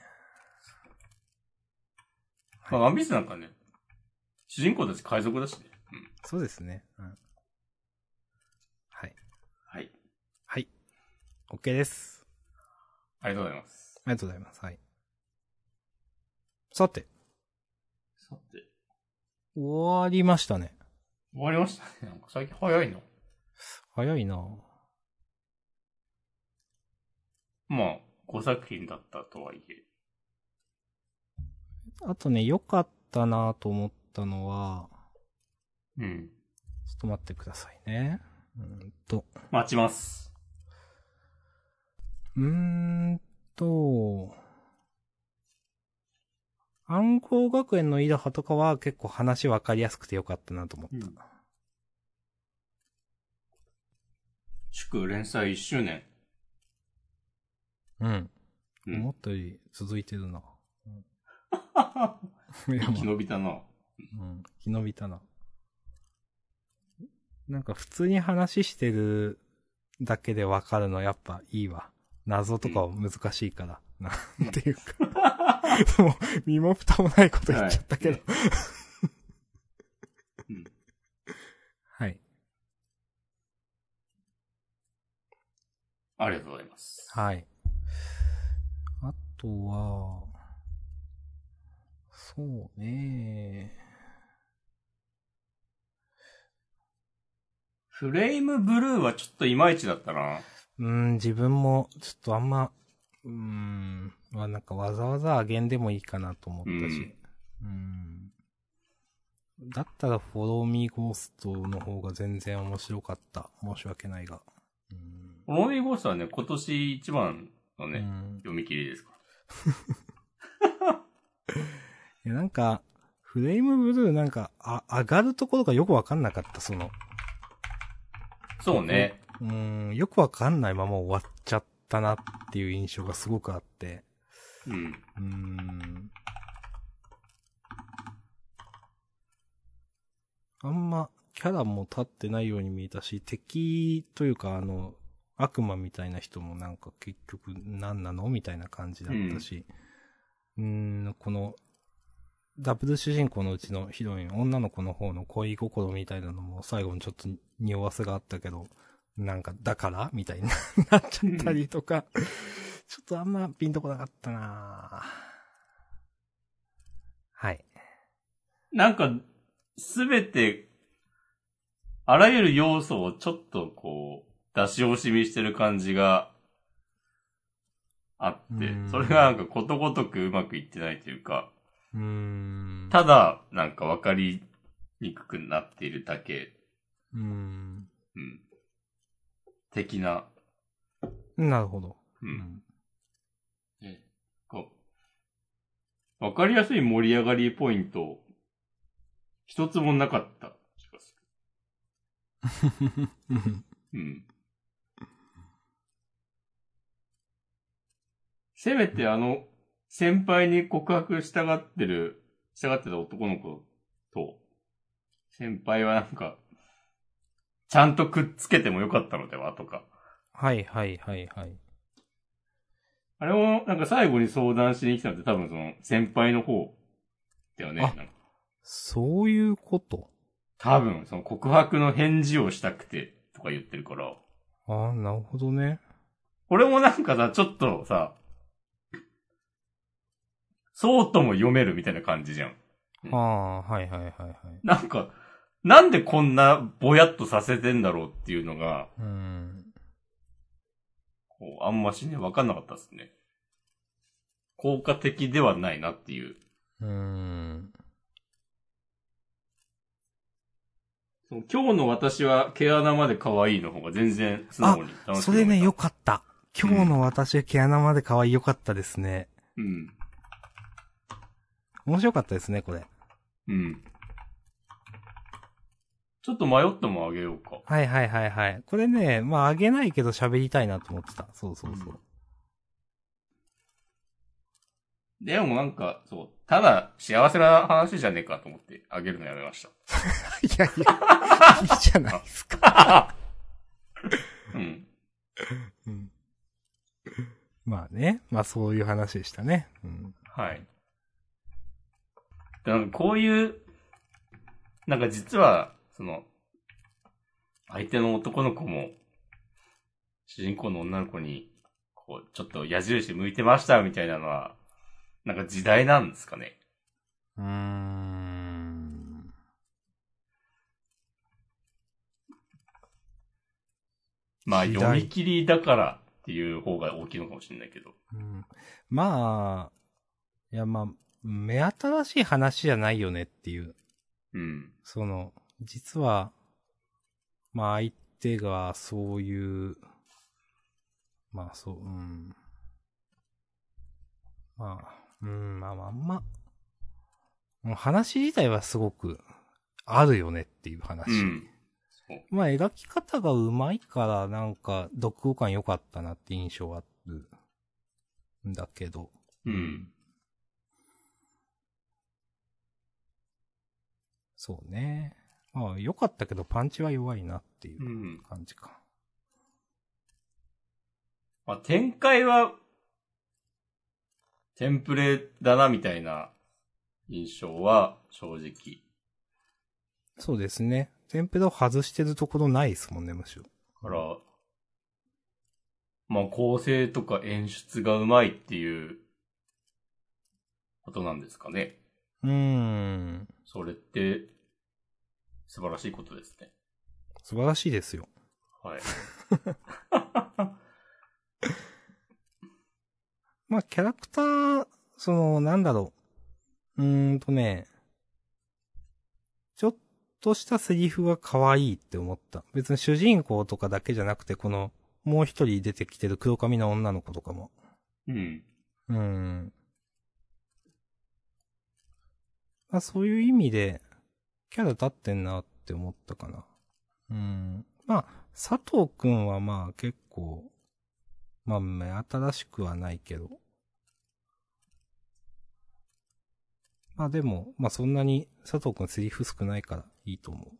[SPEAKER 1] まあワンピースなんかね、主人公たち海賊だしね。
[SPEAKER 2] そうですね。うん、はい。 OK です。
[SPEAKER 1] ありがとうございます。
[SPEAKER 2] ありがとうございます。はい。さて、
[SPEAKER 1] さて、
[SPEAKER 2] 終わりましたね。
[SPEAKER 1] 終わりましたね。なんか最近早いな。
[SPEAKER 2] 早いな
[SPEAKER 1] まあ、5作品だったとはいえ。
[SPEAKER 2] あとね、良かったなと思ったのは、
[SPEAKER 1] うん。
[SPEAKER 2] ちょっと待ってくださいね。うーんと、
[SPEAKER 1] 待ちます。
[SPEAKER 2] うーんと、暗号学園のイラハとかは結構話わかりやすくて良かったなと思った。
[SPEAKER 1] うん祝連載1周年。
[SPEAKER 2] うん。
[SPEAKER 1] うん
[SPEAKER 2] 思っ。たより続いてるな。いやまあ
[SPEAKER 1] *laughs* 生き延びたな。
[SPEAKER 2] うん。生き延びたな。なんか普通に話してるだけでわかるのやっぱいいわ。謎とかは難しいから、なんていうか。もう、身も蓋もないこと言っちゃったけど。
[SPEAKER 1] いうん
[SPEAKER 2] はい。
[SPEAKER 1] ありがとうございます。
[SPEAKER 2] はい。あとは、そうね
[SPEAKER 1] フレームブルーはちょっといまいちだったな。
[SPEAKER 2] うん、自分も、ちょっとあんま、うん、まあなんかわざわざあげんでもいいかなと思ったし。うん。だったら、フォローミーゴーストの方が全然面白かった。申し訳ないが。うん。
[SPEAKER 1] このミーゴーストはね、今年一番のね、
[SPEAKER 2] うん
[SPEAKER 1] 読み切りですか
[SPEAKER 2] いや、なんか、フレームブルーなんか、あ、上がるところがよくわかんなかった、その。
[SPEAKER 1] ら。そうね。
[SPEAKER 2] うん、よくわかんないまま終わっちゃったなっていう印象がすごくあって。
[SPEAKER 1] うん。
[SPEAKER 2] うん。あんま、キャラも立ってないように見えたし、敵というか、あの、悪魔みたいな人もなんか結局何なのみたいな感じだったし、うーん、この、ダブル主人公のうちのヒロイン、女の子の方の恋心みたいなのも最後にちょっと匂わせがあったけど、なんか、だからみたいにな *laughs* っちゃったりとか、ちょっとあんまピンとこなかったなぁはい。
[SPEAKER 1] なんか、すべて、あらゆる要素をちょっとこう、出し惜しみしてる感じがあって
[SPEAKER 2] うん、
[SPEAKER 1] それがなんかことごとくうまくいってないというか、
[SPEAKER 2] うーん。
[SPEAKER 1] ただ、なんかわかりにくくなっているだけ、
[SPEAKER 2] うーん。
[SPEAKER 1] うん。的な、
[SPEAKER 2] なるほど。
[SPEAKER 1] う。
[SPEAKER 2] うんん。
[SPEAKER 1] ねこうわかりやすい盛り上がりポイント、一つもなかった気がする。うん。せめてあの、先輩に告白したがってる、したがってた男の子と、先輩はなんか、ちゃんとくっつけてもよかったのではとか。
[SPEAKER 2] はいはいはいはい。
[SPEAKER 1] あれも、なんか最後に相談しに来たのって多分その先輩の方だよね。
[SPEAKER 2] あ
[SPEAKER 1] なんか
[SPEAKER 2] そういうこと
[SPEAKER 1] 多分、その告白の返事をしたくてとか言ってるから。
[SPEAKER 2] ああ、なるほどね。
[SPEAKER 1] これもなんかさ、ちょっとさ、そうとも読めるみたいな感じじゃん。うん
[SPEAKER 2] ああ、はいはいはいはい。
[SPEAKER 1] なんか、なんでこんなぼやっとさせてんだろうっていうのが、
[SPEAKER 2] うーん。
[SPEAKER 1] こうあんましね、わかんなかったですね。効果的ではないなっていう。
[SPEAKER 2] うーん。
[SPEAKER 1] その今日の私は毛穴まで可愛いの方が全然素直に楽しく読めた
[SPEAKER 2] それね、よかった。今日の私、毛穴まで可愛いよかったですね。
[SPEAKER 1] うん。
[SPEAKER 2] 面白かったですね、これ。
[SPEAKER 1] うん。ちょっと迷ってもあげようか。
[SPEAKER 2] はいはいはいはい。これね、まああげないけど喋りたいなと思ってた。そうそうそう。
[SPEAKER 1] でもなんか、そう、ただ幸せな話じゃねえかと思ってあげるのやめまし
[SPEAKER 2] *laughs* いやいや、いいじゃないです *laughs* か。
[SPEAKER 1] た。うん。
[SPEAKER 2] うんまあね、まあそういう話でしたね。うん。
[SPEAKER 1] はい。でなんかこういう、なんか実は、その、相手の男の子も、主人公の女の子に、こう、ちょっと矢印向いてましたみたいなのは、なんか時代なんですかね。
[SPEAKER 2] うーん。
[SPEAKER 1] まあ、
[SPEAKER 2] 時代
[SPEAKER 1] 読み切りだからっていう方が大きいのかもしれないけど。
[SPEAKER 2] うんまあ、いやまあ、目新しい話じゃないよねっていう。
[SPEAKER 1] うん。
[SPEAKER 2] その、実は、まあ相手がそういう、まあそう、うん。まあ、うん、まあまああんま、もう話自体はすごくあるよねっていう話。
[SPEAKER 1] うん。そう。
[SPEAKER 2] まあ描き方がうまいからなんか読後感良かったなって印象はあるんだけど。
[SPEAKER 1] うん。。
[SPEAKER 2] そうね。まあ良かったけどパンチは弱いなっていううん感じか。
[SPEAKER 1] まあ、展開は、テンプレだな、みたいな印象は、正直。
[SPEAKER 2] そうですね。テンペラを外してるところないですもんね、むしろ。
[SPEAKER 1] から、まあ、構成とか演出がうまいっていう、ことなんですかね。
[SPEAKER 2] うーん。
[SPEAKER 1] それって、素晴らしいことですね。
[SPEAKER 2] 素晴らしいですよ。 *laughs*
[SPEAKER 1] はい。
[SPEAKER 2] まあ、キャラクター、その、なんだろう。うーんとね、ちょっとしたセリフが可愛いって思った。別に主人公とかだけじゃなくて、この、もう一人出てきてる黒髪の女の子とかも。
[SPEAKER 1] うん。
[SPEAKER 2] うーん。まあ、そういう意味で、キャラ立ってんなって思ったかな。うん。まあ、佐藤くんはまあ結構、まあ目新しくはないけど。まあでも、まあそんなに佐藤くんセリフ少ないからいいと思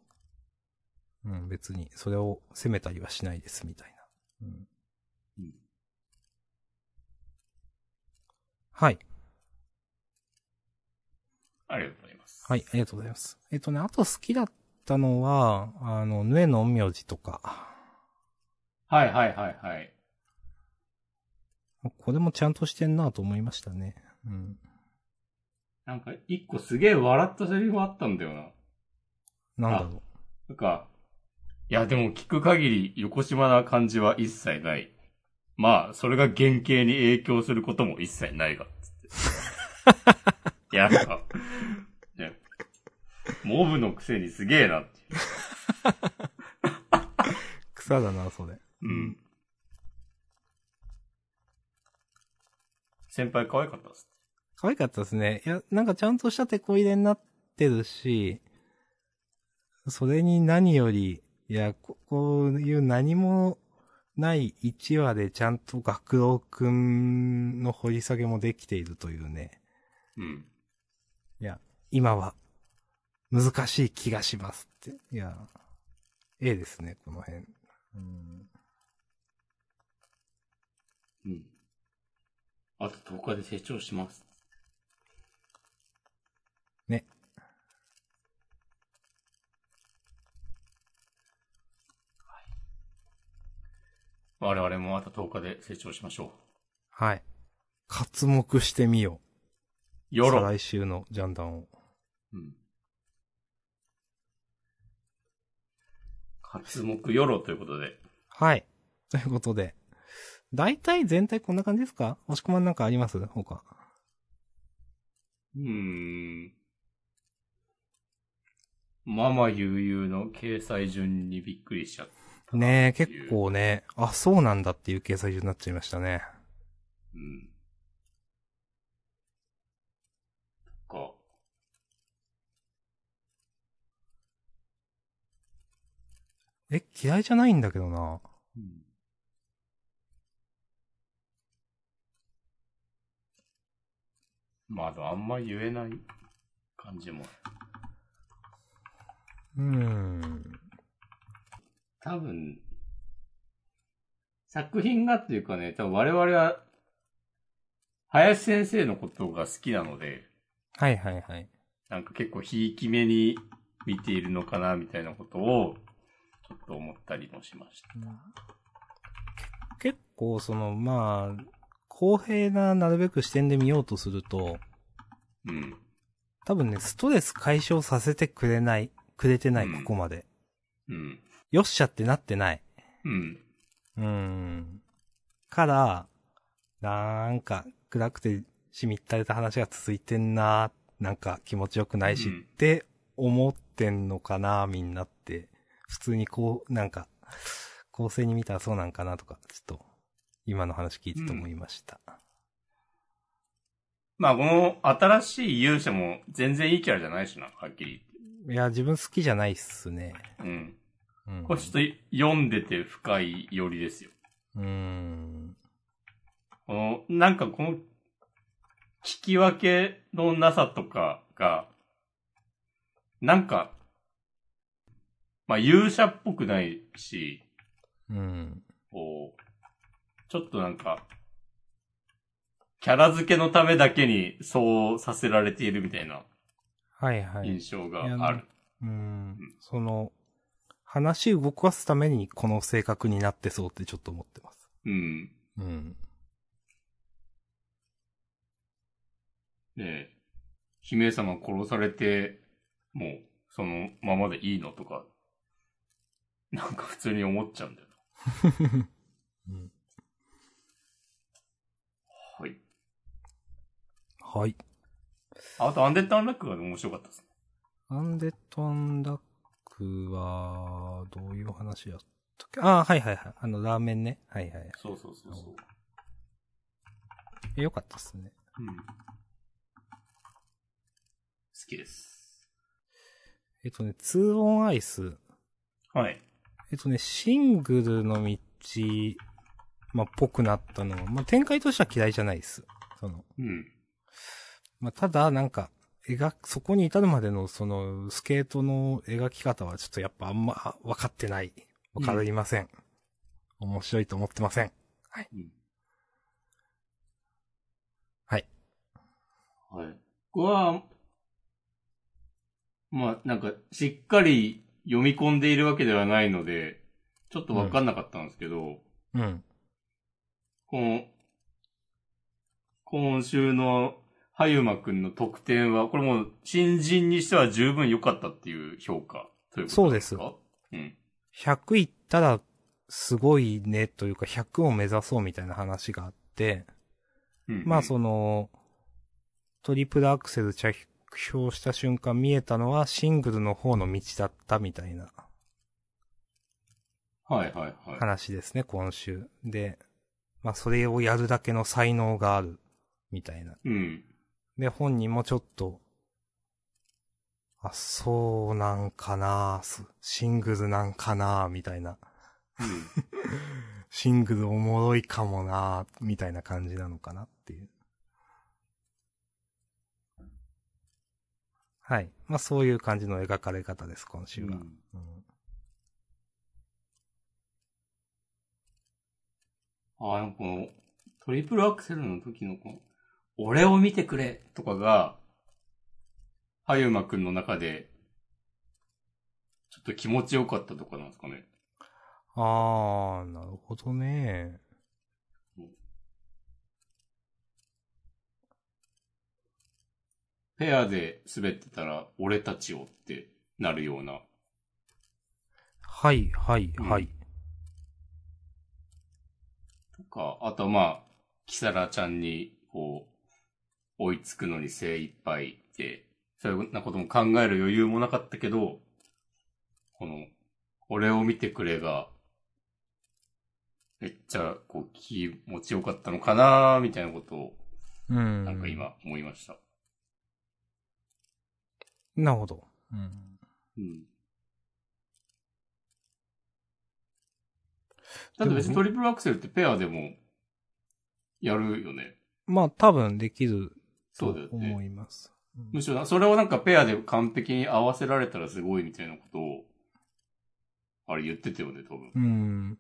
[SPEAKER 2] う。うん、別にそれを責めたりはしないですみたいな。うん。
[SPEAKER 1] うん
[SPEAKER 2] はい。
[SPEAKER 1] ありがとうございます。
[SPEAKER 2] はい、ありがとうございます。えっとね、あと好きだったのは、あの、ぬえの陰陽師とか。
[SPEAKER 1] はいはいはいはい。
[SPEAKER 2] これもちゃんとしてんなと思いましたね。うん。
[SPEAKER 1] なんか、一個すげえ笑ったセリフあったんだよな。
[SPEAKER 2] なんだろ
[SPEAKER 1] なんか、いやでも聞く限り横島な感じは一切ない。まあ、それが原型に影響することも一切 *laughs* ないが、つって。いや、なんか、ね、モブのくせにすげえなっていう
[SPEAKER 2] う。草だな、それ。
[SPEAKER 1] うん。先輩可愛かったっす。
[SPEAKER 2] 可愛かったですね。いや、なんかちゃんとしたテこ入れになってるし、それに何より、いや、ここういう何もない1話でちゃんと学郎くんの掘り下げもできているというね、
[SPEAKER 1] うん。
[SPEAKER 2] 今は難しい気がしますって。いや、ええですね、この辺。うん
[SPEAKER 1] うん。あと10日で成長します。
[SPEAKER 2] ね。
[SPEAKER 1] 我々もあと10日で成長しましょ
[SPEAKER 2] はい。活目してみよ
[SPEAKER 1] う。
[SPEAKER 2] う。
[SPEAKER 1] よろ。
[SPEAKER 2] 再来週のジャンダンを。
[SPEAKER 1] うん。活目よろということで。
[SPEAKER 2] はい。ということで。大体全体こんな感じですか押し込まんなんかあります他。
[SPEAKER 1] うーん。ママ悠々の掲載順にびっくりしちゃった。
[SPEAKER 2] ねえ、結。構ね、あ、そうなんだっていう掲載中になっちゃいましたね。
[SPEAKER 1] うん。か。
[SPEAKER 2] え、嫌いじゃないんだけどな。
[SPEAKER 1] うんまあ、でもあんま言えない感じも。
[SPEAKER 2] うーん。
[SPEAKER 1] 多分、作品がっていうかね、多分我々は、林先生のことが好きなので、
[SPEAKER 2] はいはいはい。
[SPEAKER 1] なんか結構ひいき目に見ているのかな、みたいなことを、ちょっと思ったりもしました。
[SPEAKER 2] 結構その、まあ、公平な、なるべく視点で見ようとすると、
[SPEAKER 1] うん。
[SPEAKER 2] 多分ね、ストレス解消させてくれない、くれてない、
[SPEAKER 1] うん
[SPEAKER 2] ここまで。
[SPEAKER 1] うん。
[SPEAKER 2] よっしゃってなってない。
[SPEAKER 1] うん。
[SPEAKER 2] うーん。から、なんか、暗くて、しみったれた話が続いてんな、なんか気持ちよくないし
[SPEAKER 1] うん
[SPEAKER 2] って思ってんのかな、みんなって。普通にこう、なんか、構成に見たらそうなんかなとか、ちょっと、今の話聞いてて思いました。
[SPEAKER 1] まあ、この新しい勇者も全然いいキャラじゃないしな、はっきり
[SPEAKER 2] いや、自分好きじゃないっすね。
[SPEAKER 1] 言って。うん。
[SPEAKER 2] うん。
[SPEAKER 1] これちょっと読んでて深いよりですよ。
[SPEAKER 2] うーん。
[SPEAKER 1] この、なんかこの、聞き分けのなさとかが、なんか、まあ勇者っぽくないし、
[SPEAKER 2] うん。
[SPEAKER 1] こう、ちょっとなんか、キャラ付けのためだけにそうさせられているみたいな
[SPEAKER 2] はいはい。
[SPEAKER 1] 印象が
[SPEAKER 2] いや
[SPEAKER 1] ある。
[SPEAKER 2] うん。その、話動かすためにこの性格になってそうってちょっと思ってます。
[SPEAKER 1] うん。
[SPEAKER 2] うん。
[SPEAKER 1] ねえ、姫様殺されて、もう、そのままでいいのとか、なんか普通に思っちゃうんだよ
[SPEAKER 2] うん
[SPEAKER 1] な。はい。
[SPEAKER 2] はい。
[SPEAKER 1] あと、アンデッド・アンラックが面白かったですね。
[SPEAKER 2] アンデッド・アンダックは、どういう話やったっけああ、はいはいはい。あの、ラーメンね。はいはい。
[SPEAKER 1] そうそうそうそう。
[SPEAKER 2] えよかったっすね。
[SPEAKER 1] うん。好きです。
[SPEAKER 2] えっとね、ツーオンアイス。
[SPEAKER 1] はい。
[SPEAKER 2] えっとね、シングルの道、まあ、ぽくなったのは、まあ、展開としては嫌いじゃないです。その、
[SPEAKER 1] うん。
[SPEAKER 2] まあ、ただ、なんか、描く、そこに至るまでの、その、スケートの描き方は、ちょっとやっぱあんま分かってない。分かりません。面白いと思ってません。
[SPEAKER 1] はい。ここは、まあ、なんか、しっかり読み込んでいるわけではないので、ちょっとわかんなかったんですけど、
[SPEAKER 2] うん。
[SPEAKER 1] この、今週の、はゆまくんの得点は、これもう、新人にしては十分良かったっていう評価、ということなんですかうん。
[SPEAKER 2] 100いったら、すごいね、というか、100を目指そうみたいな話があって、
[SPEAKER 1] うん。
[SPEAKER 2] まあ、
[SPEAKER 1] う
[SPEAKER 2] その、トリプルアクセル着氷した瞬間見えたのは、シングルの方の道だったみたいな。
[SPEAKER 1] ん。はいはいはい。
[SPEAKER 2] 話ですね、今週。で、まあ、それをやるだけの才能がある、みたいな。
[SPEAKER 1] うん。
[SPEAKER 2] で、本人もちょっと、あ、そうなんかなすシングルなんかなみたいな。
[SPEAKER 1] うん。
[SPEAKER 2] シングルおもろいかもなみたいな感じなのかなっていう。はい。まあ、そういう感じの描かれ方です、今週は。
[SPEAKER 1] うん
[SPEAKER 2] うん
[SPEAKER 1] ああ、なんかこの、トリプルアクセルの時のこの、俺を見てくれとかが、はゆまくんの中で、ちょっと気持ちよかったとかなんですかね。
[SPEAKER 2] あー、なるほどね。
[SPEAKER 1] ペアで滑ってたら、俺たちをってなるような。
[SPEAKER 2] はい、はい、はい。
[SPEAKER 1] とか、あとまあ、キサラちゃんに、こう、追いつくのに精一杯で、そういうようなことも考える余裕もなかったけど、この、俺を見てくれが、めっちゃ、こう、気持ちよかったのかなーみたいなことを、
[SPEAKER 2] うん。
[SPEAKER 1] なんか今、思いました。
[SPEAKER 2] なるほど。うん。
[SPEAKER 1] うん。だって別にトリプルアクセルってペアでも、やるよね。
[SPEAKER 2] まあ多分できる
[SPEAKER 1] そう
[SPEAKER 2] と
[SPEAKER 1] だよね。
[SPEAKER 2] 思います。
[SPEAKER 1] むしろな、それをなんかペアで完璧に合わせられたらすごいみたいなことを、あれ言ってたよね、多分。
[SPEAKER 2] うん。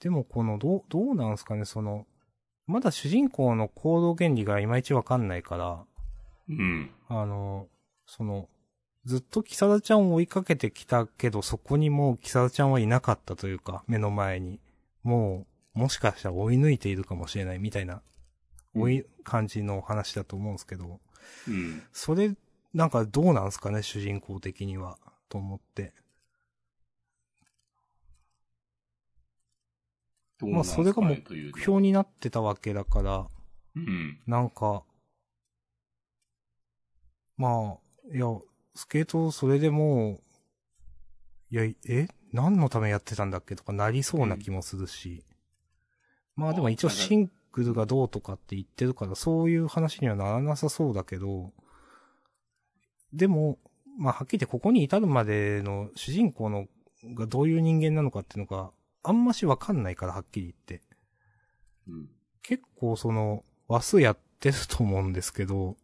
[SPEAKER 2] でもこの、どう、どうなんすかね、その、まだ主人公の行動原理がいまいちわかんないから、
[SPEAKER 1] うん。
[SPEAKER 2] あの、その、ずっとキサラちゃんを追いかけてきたけど、そこにもうキサラちゃんはいなかったというか、目の前に。もう、もしかしたら追い抜いているかもしれないみたいな、
[SPEAKER 1] うん
[SPEAKER 2] 追い感じのお話だと思うんですけど、
[SPEAKER 1] うん。
[SPEAKER 2] それ、なんかどうなんすかね、主人公的には、と思って。
[SPEAKER 1] どう
[SPEAKER 2] まあそれが目
[SPEAKER 1] 標
[SPEAKER 2] 目標になってたわけだから、
[SPEAKER 1] うん。
[SPEAKER 2] なんか、まあ、いや、スケートそれでもう、いや、え何のためやってたんだっけとかなりそうな気もするし。まあでも一応
[SPEAKER 1] あなんか
[SPEAKER 2] シングルがどうとかって言ってるから、そういう話にはならなさそうだけど、でも、まあはっきり言ってここに至るまでの主人公のがどういう人間なのかっていうのがあんましわかんないからはっきり言って。
[SPEAKER 1] うん。
[SPEAKER 2] 結構その、話数やってると思うんですけど、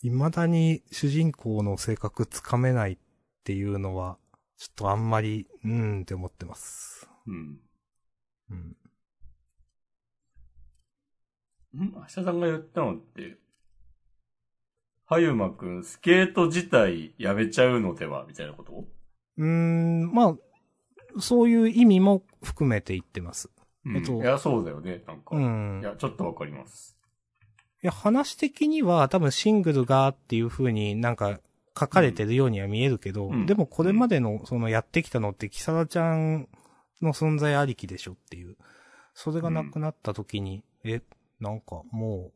[SPEAKER 2] 未だに主人公の性格つかめないっていうのは、ちょっとあんまり、うーんって思ってます。
[SPEAKER 1] うん。
[SPEAKER 2] うん。
[SPEAKER 1] ん明日さんが言ったのって、はゆまくん、スケート自体やめちゃうのではみたいなこと
[SPEAKER 2] うーん、まあ、そういう意味も含めて言ってます。
[SPEAKER 1] うん
[SPEAKER 2] えっと
[SPEAKER 1] いや、そうだよね。なんか。
[SPEAKER 2] う
[SPEAKER 1] い
[SPEAKER 2] ん。
[SPEAKER 1] や、ちょっとわかります。
[SPEAKER 2] いや、話的には多分シングルがっていう風になんか書かれてるようには見えるけど、
[SPEAKER 1] うん
[SPEAKER 2] でもこれまでのそのやってきたのってキサラちゃんの存在ありきでしょっていう。それがなくなった時に、え、なんかも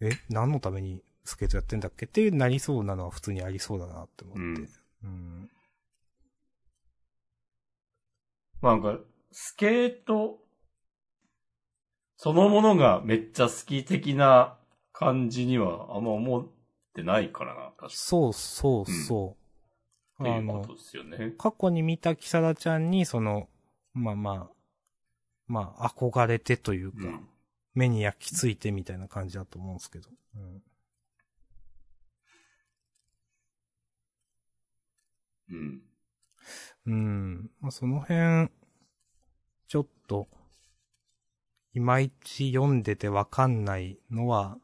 [SPEAKER 2] う、え、何のためにスケートやってんだっけっていうなりそうなのは普通にありそうだなって思って。うん。
[SPEAKER 1] まあなんか、スケート、そのものがめっちゃ好き的な感じにはあんま思ってないからな、確
[SPEAKER 2] そうそうそう。
[SPEAKER 1] かに。っ
[SPEAKER 2] あ
[SPEAKER 1] ていう
[SPEAKER 2] の
[SPEAKER 1] ことですよね。
[SPEAKER 2] 過去に見たキサラちゃんにその、まあまあ、まあ憧れてというか、
[SPEAKER 1] うん。
[SPEAKER 2] 目に焼き付いてみたいな感じだと思うんですけど。うん。
[SPEAKER 1] うん。
[SPEAKER 2] うん。まあ、その辺、ちょっと、いまいち読んでてわかんないのは、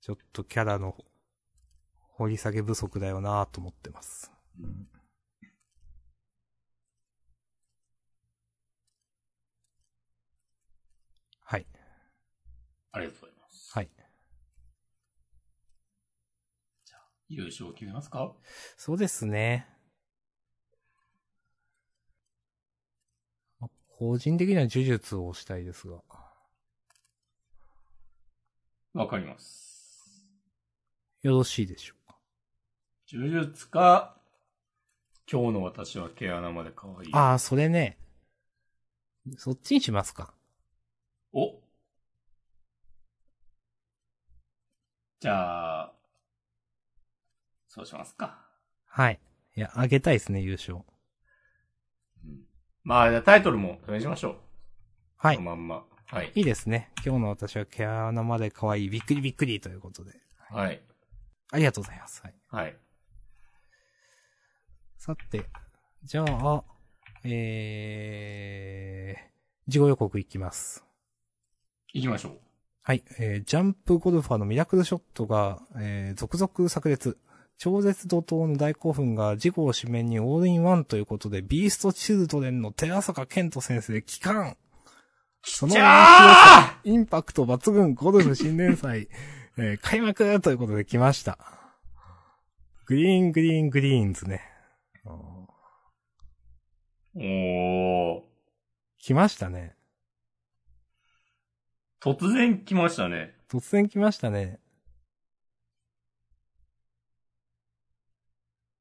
[SPEAKER 2] ちょっとキャラの掘り下げ不足だよなぁと思ってます。はい。
[SPEAKER 1] ありがとうございます。
[SPEAKER 2] はい。
[SPEAKER 1] 優勝決めますか
[SPEAKER 2] そうですね。まあ個人的には呪術をしたいですが。
[SPEAKER 1] わかります。
[SPEAKER 2] よろしいでしょうか。
[SPEAKER 1] 呪術か、今日の私は毛穴まで可愛い。
[SPEAKER 2] ああ、それね。そっちにしますか。
[SPEAKER 1] おじゃあ、そうしますか。
[SPEAKER 2] はい。いや、あげたいですね、優勝。
[SPEAKER 1] うんまあ、じゃあタイトルも試しましょう。
[SPEAKER 2] は
[SPEAKER 1] そ
[SPEAKER 2] い。
[SPEAKER 1] のまんま。はい。
[SPEAKER 2] いいですね。今日の私は毛穴まで可愛い、びっくりびっくりということで。
[SPEAKER 1] はい。
[SPEAKER 2] ありがとうございます。はい。
[SPEAKER 1] はい。
[SPEAKER 2] さて、じゃあ、えー、事後予告いきます。
[SPEAKER 1] 行きましょう。
[SPEAKER 2] はい、えージャンプゴルファーのミラクルショットが、えー続々炸裂。超絶怒涛の大興奮が事故を紙面にオールインワンということで、ビーストチルドレンの寺坂健人先生、帰還その
[SPEAKER 1] じゃあ
[SPEAKER 2] インパクト抜群ゴルフ新年祭、えー開幕ということで来ました。グリーングリーングリーンズね。あー
[SPEAKER 1] おー。
[SPEAKER 2] 来ましたね。
[SPEAKER 1] 突然来ましたね。
[SPEAKER 2] 突然来ましたね。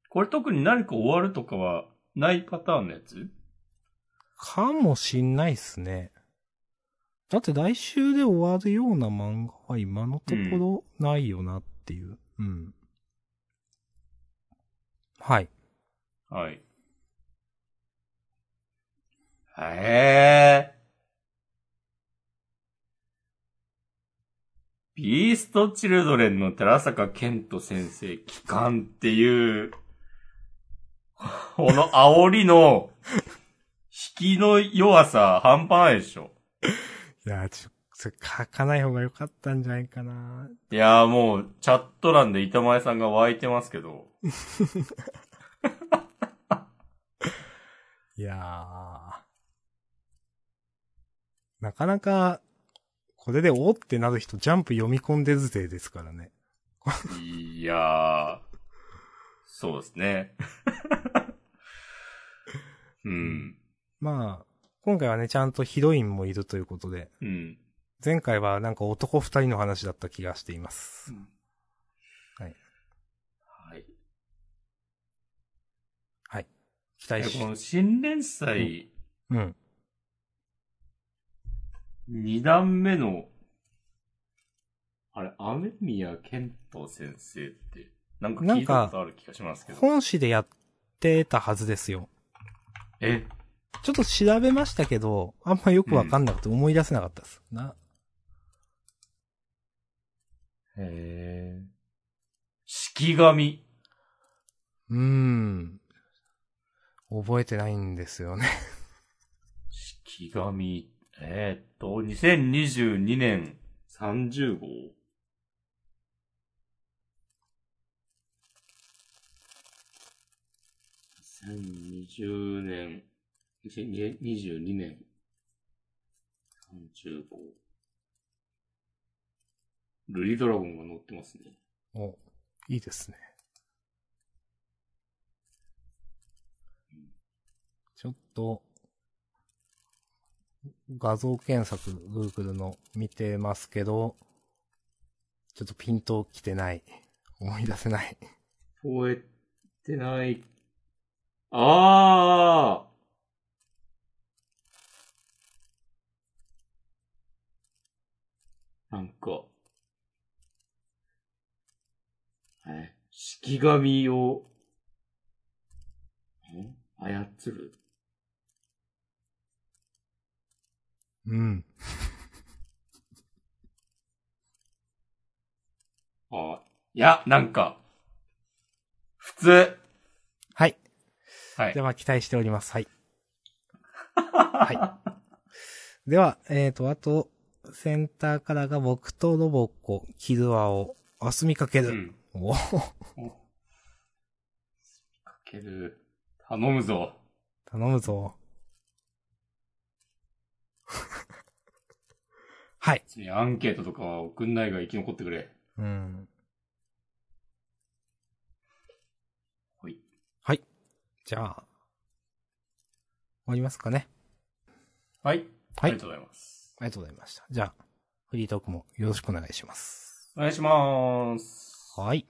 [SPEAKER 1] これ特に何か終わるとかはないパターンのやつ
[SPEAKER 2] かもしんないっすね。だって来週で終わるような漫画は今のところないよなっていう。うん。はい。
[SPEAKER 1] はい。へえ。ビーストチルドレンの寺坂健人先生帰還っていう、この煽りの、引きの弱さ半端ないでしょ。
[SPEAKER 2] いやー、ちょ、それ書かない方が良かったんじゃないかな。
[SPEAKER 1] いやーもう、チャット欄で板前さんが湧いてますけど、
[SPEAKER 2] いやー。なかなか、これでおってなる人、ジャンプ読み込んでる勢ですからね。
[SPEAKER 1] いやー、そうです *laughs* ね。うん、
[SPEAKER 2] まあ、今回はね、ちゃんとヒロインもいるということで、
[SPEAKER 1] うん。
[SPEAKER 2] 前回はなんか男二人の話だった気がしています。
[SPEAKER 1] はい。
[SPEAKER 2] 期待し
[SPEAKER 1] こ、の新連載
[SPEAKER 2] うん。
[SPEAKER 1] 2段目の、あれ、雨宮健人先生って、なんか聞いたことある気がしますけど。
[SPEAKER 2] 本誌でやってたはずですよ。
[SPEAKER 1] え、
[SPEAKER 2] ちょっと調べましたけど、あんまよくわかんなくて思い出せなかったです。な、
[SPEAKER 1] へえ。式神。
[SPEAKER 2] うーん。覚えてないんですよね。
[SPEAKER 1] 式神。えー、っと、2022年30号。2020年、2022年30号。ルリドラゴンが載ってますね。
[SPEAKER 2] お、いいですね。ちょっと、画像検索、Google の見てますけど、ちょっとピンと来てない。思い出せない。
[SPEAKER 1] 覚えてない。ああなんか、え、式神を、え操る
[SPEAKER 2] うん。
[SPEAKER 1] あいや、なんか、普通
[SPEAKER 2] はい。
[SPEAKER 1] はい
[SPEAKER 2] で。は、期待しておりま
[SPEAKER 1] *laughs*
[SPEAKER 2] す。はい。はい。では、えっ、と、あと、センターからが僕とロボコ、キルアを、あすみかけ
[SPEAKER 1] う
[SPEAKER 2] る。
[SPEAKER 1] ん。
[SPEAKER 2] おお
[SPEAKER 1] かける。頼むぞ。
[SPEAKER 2] 頼むぞ。 *laughs* はい。
[SPEAKER 1] 別にアンケートとかは送んないが生き残ってくれ。
[SPEAKER 2] うん。
[SPEAKER 1] ほい。
[SPEAKER 2] はい。じゃあ、終わりますかね。
[SPEAKER 1] はい。
[SPEAKER 2] はい
[SPEAKER 1] ありがとうございます。
[SPEAKER 2] ありがとうございました。じゃあ、フリートークもよろしくお願いします。
[SPEAKER 1] お願いします。
[SPEAKER 2] はい。